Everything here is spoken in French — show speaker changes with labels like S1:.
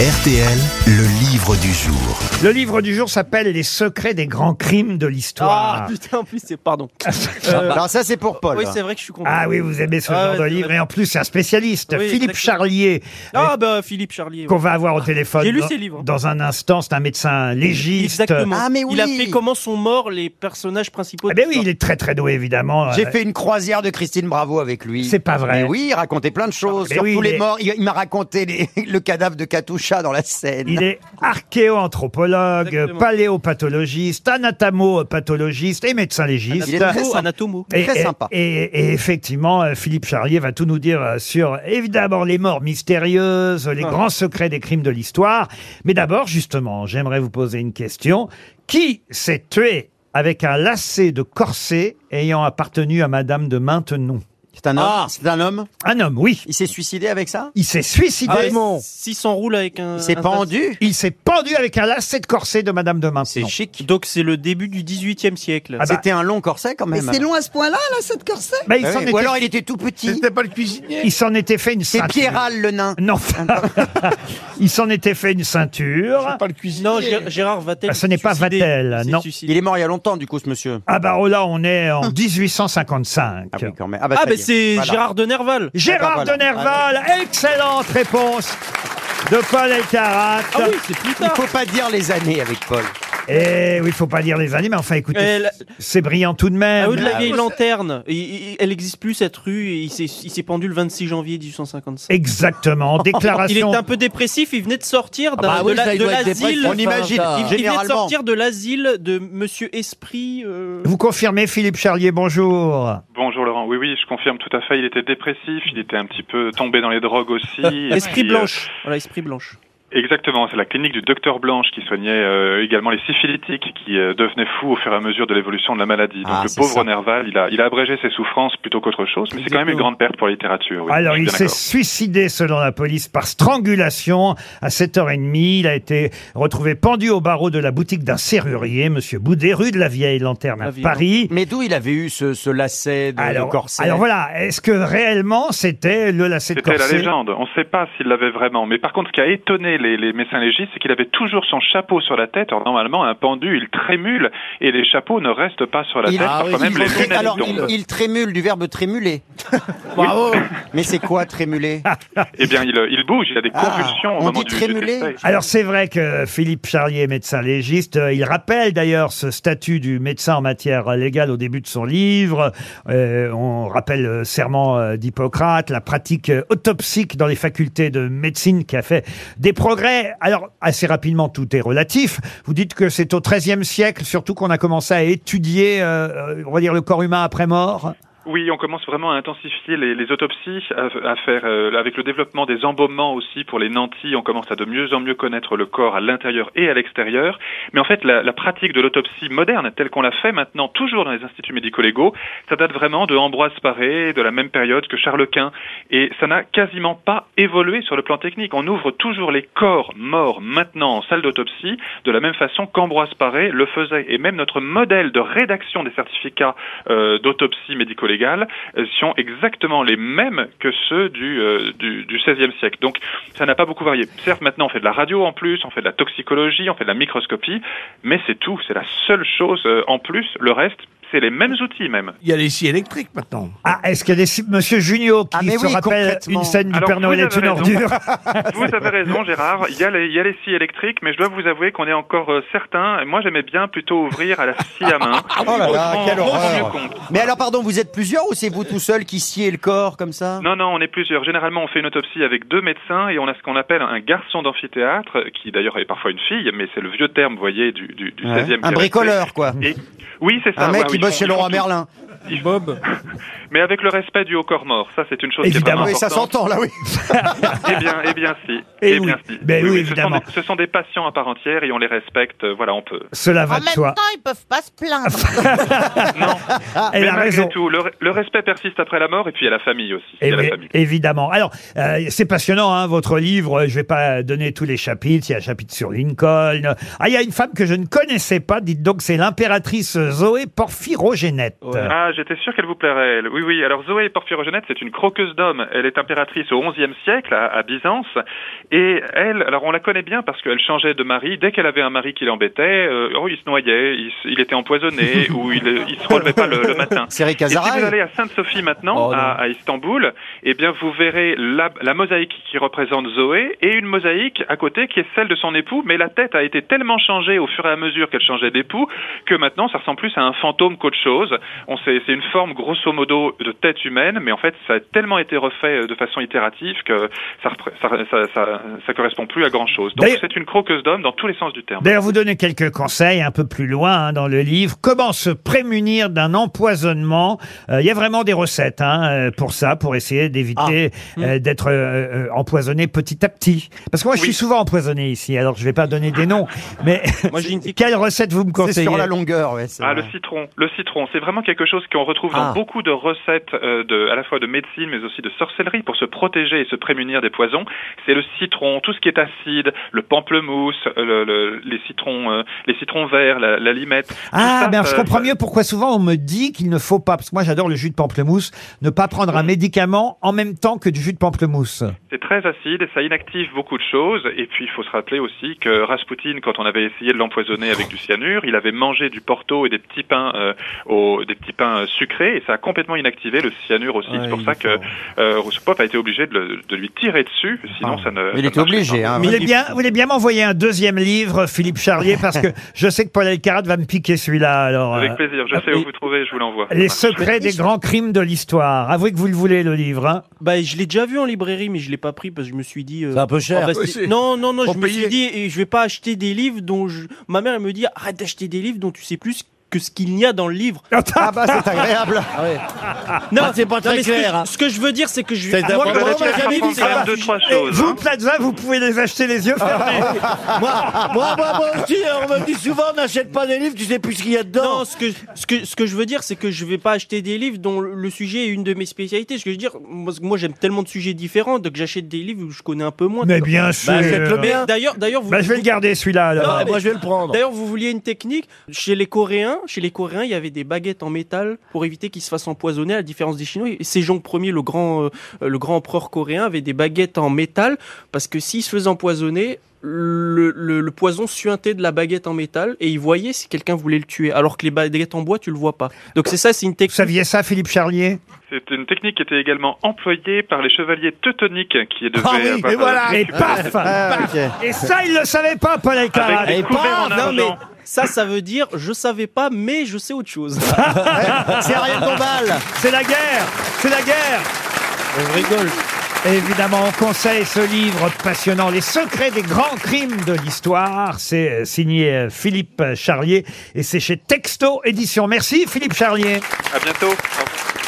S1: RTL, le livre du jour.
S2: Le livre du jour s'appelle Les secrets des grands crimes de
S3: Ah
S2: l'histoire.
S3: putain, en plus c'est pardon.
S2: Bah,
S4: Alors ça c'est pour Paul.
S3: Euh, oui, c'est vrai que je suis content.
S2: Ah oui, vous aimez ce
S3: Ah ouais,
S2: genre de
S3: c'est
S2: livre. hein.
S3: vrai.
S2: Et en plus, c'est un spécialiste,
S3: Oui,
S2: Philippe
S3: exactement.
S2: Charlier, euh,
S3: Ah bah Philippe Charlier.
S2: qu'on
S3: ouais.
S2: va avoir au téléphone
S3: J'ai lu
S2: dans,
S3: ses livres.
S2: dans un instant. C'est un médecin légiste.
S3: Exactement.
S4: Ah, mais oui.
S3: Il a fait comment sont morts les personnages principaux.
S2: Eh
S3: de
S2: bien oui, il
S3: l'histoire.
S2: est très très doué, évidemment.
S4: J'ai
S2: Euh,
S4: fait une croisière de Christine Bravo avec lui.
S2: C'est pas vrai.
S4: Mais oui, il racontait plein de choses
S2: Mais
S4: sur
S2: oui,
S4: tous
S2: mais-
S4: les morts. Il, il m'a raconté les- le cadavre de Katoucha dans la Seine.
S2: Il est archéo-anthropologue,
S3: Exactement.
S2: paléopathologiste, anatamo-pathologiste et médecin légiste.
S4: Il est très
S3: Anatomo,
S4: sympa.
S3: Anatomo.
S2: Et,
S4: Très
S2: et-
S4: sympa.
S2: Et, et effectivement, euh, Philippe Charlier va tout nous dire euh, sur, évidemment, les morts mystérieuses, les
S3: Ah.
S2: grands secrets des crimes de l'histoire. Mais d'abord, justement, j'aimerais vous poser une question. Qui s'est tué avec un lacet de corset ayant appartenu à Madame de Maintenon
S4: C'est un homme.
S3: Ah.
S4: C'est un homme.
S2: Un homme, oui.
S4: Il s'est suicidé avec ça.
S2: Il s'est suicidé.
S3: Ah, s- S'il s'enroule avec
S2: Euh,
S3: un.
S4: Il s'est
S3: un-
S4: pendu.
S2: Il s'est pendu avec un lacet de corset de Madame de
S4: C'est
S2: Maintenon.
S4: chic.
S3: Donc c'est le début du 18e siècle.
S2: Ah bah,
S4: C'était un long corset quand même.
S5: C'est long à ce point-là, là, cette corset
S2: Bah, il
S4: Ah
S2: s'en
S4: oui.
S2: était,
S4: Ou alors il était tout petit.
S6: pas le cuisinier.
S2: il s'en était fait une
S4: C'est
S2: ceinture.
S4: Pierral le nain.
S2: Non. il s'en était fait une ceinture.
S6: Pas le cuisinier.
S3: Non, Gé- Gérard Vatel.
S2: Ah, ce n'est
S3: s'est
S2: pas
S3: suicidé.
S2: Vatel,
S3: Il s'est
S2: non.
S3: suicidé.
S4: Il est mort il y a longtemps du coup ce monsieur.
S2: Ah bah oh là, on est en 1855.
S4: Ah oui quand même. Ah bah,
S3: Ah
S4: ça y
S3: bah
S4: est.
S3: c'est
S4: Voilà.
S3: Gérard de Nerval.
S2: Gérard
S4: Ah bah voilà.
S2: de Nerval, excellente réponse de Paul Elkarat.
S3: Ah oui, c'est plus
S4: Il
S3: tard.
S4: faut pas dire les années avec Paul.
S2: Et Eh oui, il faut pas dire les années, mais enfin écoutez,
S3: Eh, la-
S2: c'est brillant tout de
S3: La
S2: même.
S3: rue Ah de la vieille lanterne. Il- il- Elle existe plus cette rue. et Il s'est il s'est pendu le 26 janvier 1855.
S2: Exactement,
S3: Il
S2: déclaration.
S3: était un peu dépressif, il venait de sortir
S6: Ah
S3: d'un-
S7: bah
S3: de
S7: oui,
S3: la-
S7: ça, il
S3: de
S7: doit être
S3: l'asile.
S7: dépressif, On
S4: imagine, ça.
S3: Il- Il venait de
S4: généralement.
S3: sortir de l'asile de Monsieur Esprit. euh,
S2: Vous confirmez, Philippe Charlier, bonjour.
S8: Bonjour Laurent, oui oui, je confirme tout à fait, il était dépressif, il était un petit peu tombé dans les drogues aussi. Et
S3: Esprit
S8: puis, euh,
S3: Blanche. Voilà, Esprit Blanche.
S8: exactement, c'est la clinique du docteur Blanche qui soignait euh, également les syphilitiques qui euh, devenaient fous au fur et à mesure de l'évolution de la maladie. Donc
S4: Ah,
S8: le
S4: c'est
S8: pauvre
S4: ça.
S8: Nerval, il a, il a abrégé ses souffrances plutôt qu'autre chose, mais c'est quand même une
S3: Exactement.
S8: grande perte pour la littérature. oui,
S2: Alors,
S8: je suis
S2: il
S8: bien
S2: s'est
S8: d'accord.
S2: suicidé, selon la police, par strangulation à 7h30. Il a été retrouvé pendu au barreau de la boutique d'un serrurier, Monsieur Boudet, rue de la Vieille Lanterne à
S3: La Vieille
S2: Paris.
S4: Mais d'où il avait eu ce, ce lacet de, de
S2: Alors,
S4: corset
S2: alors voilà, est-ce que réellement c'était le lacet de
S8: C'était la
S2: corset
S8: légende. On ne sait pas s'il l'avait vraiment. Mais par contre, ce qui a étonné les, les médecins légistes, c'est qu'il avait toujours son chapeau sur la tête. Or, normalement, un pendu, il trémule et les chapeaux ne restent pas sur la
S4: Il-
S8: tête.
S4: Ah
S8: Parfois
S4: oui,
S8: même
S4: il-
S8: les
S4: il-
S8: lunettes
S4: alors, il,
S8: tombent.
S4: il trémule du verbe trémuler. Bravo. Mais c'est quoi trémuler
S8: Eh bien, il, il bouge, il a des
S4: Ah,
S8: convulsions au
S4: on
S8: moment
S4: dit
S8: du, du
S4: trémuler.
S8: test.
S2: Alors c'est vrai que Philippe Charlier, médecin légiste, euh, il rappelle d'ailleurs ce statut du médecin en matière légale au début de son livre. Euh, on rappelle le serment euh, d'Hippocrate, la pratique euh, autopsique dans les facultés de médecine qui a fait des progrès. Alors assez rapidement, tout est relatif. Vous dites que c'est au XIIIe siècle surtout qu'on a commencé à étudier, euh, euh, on va dire, le corps humain après mort.
S8: Oui, on commence vraiment à intensifier les, les autopsies, à, à faire euh, avec le développement des embaumements aussi pour les nantis, on commence à de mieux en mieux connaître le corps à l'intérieur et à l'extérieur. Mais en fait, la, la pratique de l'autopsie moderne, telle qu'on la fait maintenant, toujours dans les instituts médico-légaux, ça date vraiment de Ambroise Paré, de la même période que Charles Quint, et ça n'a quasiment pas évolué sur le plan technique. On ouvre toujours les corps morts maintenant en salle d'autopsie, de la même façon qu'Ambroise Paré le faisait, et même notre modèle de rédaction des certificats euh, d'autopsie médico-légale euh, sont exactement les mêmes que ceux du, euh, du, du 16e siècle. Donc ça n'a pas beaucoup varié. Certes, maintenant on fait de la radio en plus, on fait de la toxicologie, on fait de la microscopie, mais c'est tout, c'est la seule chose euh, en plus. Le reste, c'est les mêmes outils même.
S6: Il y a les scies électriques maintenant.
S2: Ah, est-ce qu'il y a des... Monsieur Junio qui
S4: Ah, mais
S2: se
S4: oui,
S2: rappelle
S4: concrètement.
S2: une scène du
S8: Alors,
S2: Père
S8: vous
S2: Noël est
S8: avez
S2: une
S8: raison.
S2: ordure
S4: Ah,
S8: Vous avez raison, Gérard. Il y a les, il y a les scies électriques, mais je dois vous avouer qu'on est encore euh, certains. Moi, j'aimais bien plutôt ouvrir à la scie à main.
S4: Oh là là,
S8: Autrement,
S4: quelle
S8: on se
S4: horreur.
S8: compte.
S4: Mais alors, pardon, vous êtes plusieurs ou c'est vous tout seul qui sciez le corps comme ça
S8: Non, non, on est plusieurs. Généralement, on fait une autopsie avec deux médecins et on a ce qu'on appelle un garçon d'amphithéâtre, qui d'ailleurs est parfois une fille, mais c'est le vieux terme, vous voyez, du, du, du 16e qui
S4: Un
S8: est
S4: bricoleur, quoi.
S8: resté. Et- Oui, c'est ça.
S4: Un mec
S8: ouais,
S4: qui
S8: oui,
S4: bosse
S8: ils
S4: chez
S8: font-
S4: Leroy
S8: ils font
S4: Merlin.
S3: Bob.
S8: tout. Mais avec le respect du au corps mort, ça c'est une chose
S2: Évidemment.
S4: Oui,
S8: qui est vraiment
S4: ça s'entend,
S8: importante.
S4: là, oui.
S8: Eh bien, eh bien si.
S2: Eh
S8: eh bien
S2: oui.
S8: si.
S2: Ben oui,
S8: ce sont
S2: évidemment.
S8: des- Ce sont, des, patients à part entière et on les respecte. euh, Voilà, on peut.
S2: Cela va
S5: En
S2: de
S5: même
S2: soi.
S5: temps, ils peuvent pas se plaindre.
S8: Non,
S2: Elle
S8: mais
S2: a
S8: malgré
S2: raison.
S8: tout, le, re- le respect persiste après la mort et puis à la famille aussi.
S2: Eh
S8: Il y a la
S2: oui,
S8: famille.
S2: évidemment. Alors, euh, c'est passionnant, hein, votre livre. Je vais pas donner tous les chapitres. Il y a un chapitre sur Lincoln. Ah, il y a une femme que je ne connaissais pas. Dites donc, c'est l'impératrice Zoé Porphyrogénète.
S3: Ouais.
S8: Ah, Ah, j'étais sûr qu'elle vous plairait. elle. Oui, oui. Alors Zoé Porphyrogenète, c'est une croqueuse d'hommes. Elle est impératrice au XIe siècle à, à Byzance. Et elle, alors on la connaît bien parce qu'elle changeait de mari. Dès qu'elle avait un mari qui l'embêtait, euh, oh, il se noyait, il, se- il était empoisonné ou il, il se relevait pas le, le matin.
S4: C'est Rick
S8: Et si vous
S4: Azaray
S8: allez à Sainte-Sophie maintenant,
S4: Oh non.
S8: à, à Istanbul, eh bien vous verrez la, la mosaïque qui représente Zoé et une mosaïque à côté qui est celle de son époux, mais la tête a été tellement changée au fur et à mesure qu'elle changeait d'époux que maintenant ça ressemble plus à un fantôme qu'autre chose. On sait, c'est une forme grosso modo de tête humaine, mais en fait ça a tellement été refait euh, de façon itérative que ça, repré- ça, ça, ça- ça correspond plus à grand chose. Donc
S2: D'ailleurs-
S8: c'est une croqueuse d'homme dans tous les sens du terme.
S2: D'ailleurs, vous donnez quelques conseils un peu plus loin hein, dans le livre. Comment se prémunir d'un empoisonnement Euh, Il y a vraiment des recettes hein, euh, pour ça, pour essayer d'éviter euh, d'être euh, euh, empoisonné petit à petit. Parce que moi, je
S8: Oui.
S2: suis souvent empoisonné ici, alors je vais pas donner des noms. Mais
S3: Moi, j'ai une petite-
S2: quelle recette vous me
S4: C'est
S2: conseillez
S4: sur la longueur, ouais. c'est
S8: Ah,
S4: vrai.
S8: le citron. Le citron, c'est vraiment quelque chose qu'on retrouve dans
S4: Ah.
S8: beaucoup de recettes, euh, de, à la fois de médecine, mais aussi de sorcellerie, pour se protéger et se prémunir des poisons. C'est le citron, tout ce qui est acide, le pamplemousse, euh, le- le- les, citrons, euh, les citrons verts, la, la limette.
S2: Ah,
S8: Tout ça,
S2: ben alors, je
S8: ça-
S2: comprends
S8: ça-
S2: mieux pourquoi souvent on me dit qu'il ne faut pas, parce que moi j'adore le jus de pamplemousse, ne pas prendre un médicament en même temps que du jus de pamplemousse.
S8: C'est très acide, ça inactive beaucoup de choses. Et puis, il faut se rappeler aussi que Raspoutine, quand on avait essayé de l'empoisonner avec du cyanure, il avait mangé du porto et des petits pains, euh, au- des petits pains euh, sucrés, et ça a complètement inactivé le cyanure aussi. c'est pour ça que euh, Rousseau Pop a été obligé de, le- de lui tirer dessus, sinon ça ne.
S4: Mais Il
S8: ça ne
S4: était
S8: marchait
S4: obligé,
S8: pas.
S4: hein.
S2: Vous voulez bien, vous voulez bien m'envoyer un deuxième livre, Philippe Charlier, parce que je sais que Paul Elcarat va me piquer celui-là. Alors, euh,
S8: Avec plaisir, je sais où vous trouvez, je vous l'envoie.
S2: les secrets des grands crimes de l'histoire. Avouez que vous le voulez le livre. hein.
S3: Bah, je l'ai déjà vu en librairie, mais je l'ai pas pris parce que je me suis dit. euh,
S6: C'est un peu cher.
S3: en fait,
S6: Oui,
S3: c'est-
S6: c'est-
S3: non, non, non,
S6: Faut
S3: je me suis
S6: payer.
S3: dit, et je vais pas acheter des livres dont je... ma mère elle me dit arrête d'acheter des livres dont tu sais plus que ce qu'il y a dans le livre.
S4: Ah bah c'est agréable.
S3: Non,
S6: Ah, c'est pas très
S3: mais ce que-
S6: clair, hein.
S3: Ce que je veux dire, c'est que je.
S6: C'est
S3: Ah, moi,
S6: d'abord-
S3: quand
S6: Peut-être
S3: on m'a
S6: qu'il y a
S3: jamais
S6: pas
S3: dit,
S8: quand même deux, trois choses.
S2: vous,
S8: hein.
S2: Plaza, vous pouvez les acheter les yeux fermés.
S6: Ah, moi, moi, moi aussi, hein, on me dit souvent, on n'achète pas des livres, tu sais plus ce qu'il y a dedans.
S3: Non, ce que, ce, que, ce que je veux dire, c'est que je vais pas acheter des livres dont le le sujet est une de mes spécialités. Ce que je veux dire, moi, moi, j'aime tellement de sujets différents, donc j'achète des livres où je connais un peu moins.
S2: Mais bien sûr.
S6: Bah, faites-le
S3: Mais
S6: bien.
S3: D'ailleurs, d'ailleurs, vous.
S2: Bah, je vais le garder celui-là. alors.
S6: Ah, moi, je vais le prendre.
S3: D'ailleurs, vous vouliez une technique chez les Coréens. Chez les Coréens, il y avait des baguettes en métal pour éviter qu'ils se fassent empoisonner. À la différence des Chinois, Et Sejong Ier, le grand, euh, le grand empereur coréen, avait des baguettes en métal parce que s'il se faisait empoisonner, le, le- le poison suintait de la baguette en métal et il voyait si quelqu'un voulait le tuer. Alors que les baguettes en bois, tu le vois pas. Donc c'est ça, c'est une
S2: Vous
S3: technique.
S2: saviez ça, Philippe Charlier
S8: C'est une technique qui était également employée par les chevaliers teutoniques qui devaient.
S6: Ah oui,
S8: euh,
S6: et
S8: par-
S6: voilà.
S2: Et paf
S4: Ah, ok.
S2: Et ça, il le savait pas, Paul Elcarat.
S8: Avec des couverts en
S3: Ah, Non, mais
S8: argent.
S3: ça, ça veut dire je savais pas, mais je sais autre chose.
S4: C'est Ariel Dombal.
S2: C'est la guerre C'est la guerre
S3: Je rigole.
S2: Évidemment, on conseille ce livre passionnant, Les secrets des grands crimes de l'histoire. C'est euh, signé euh, Philippe Charlier et c'est chez Texto Édition. Merci Philippe Charlier.
S8: À bientôt. Au revoir.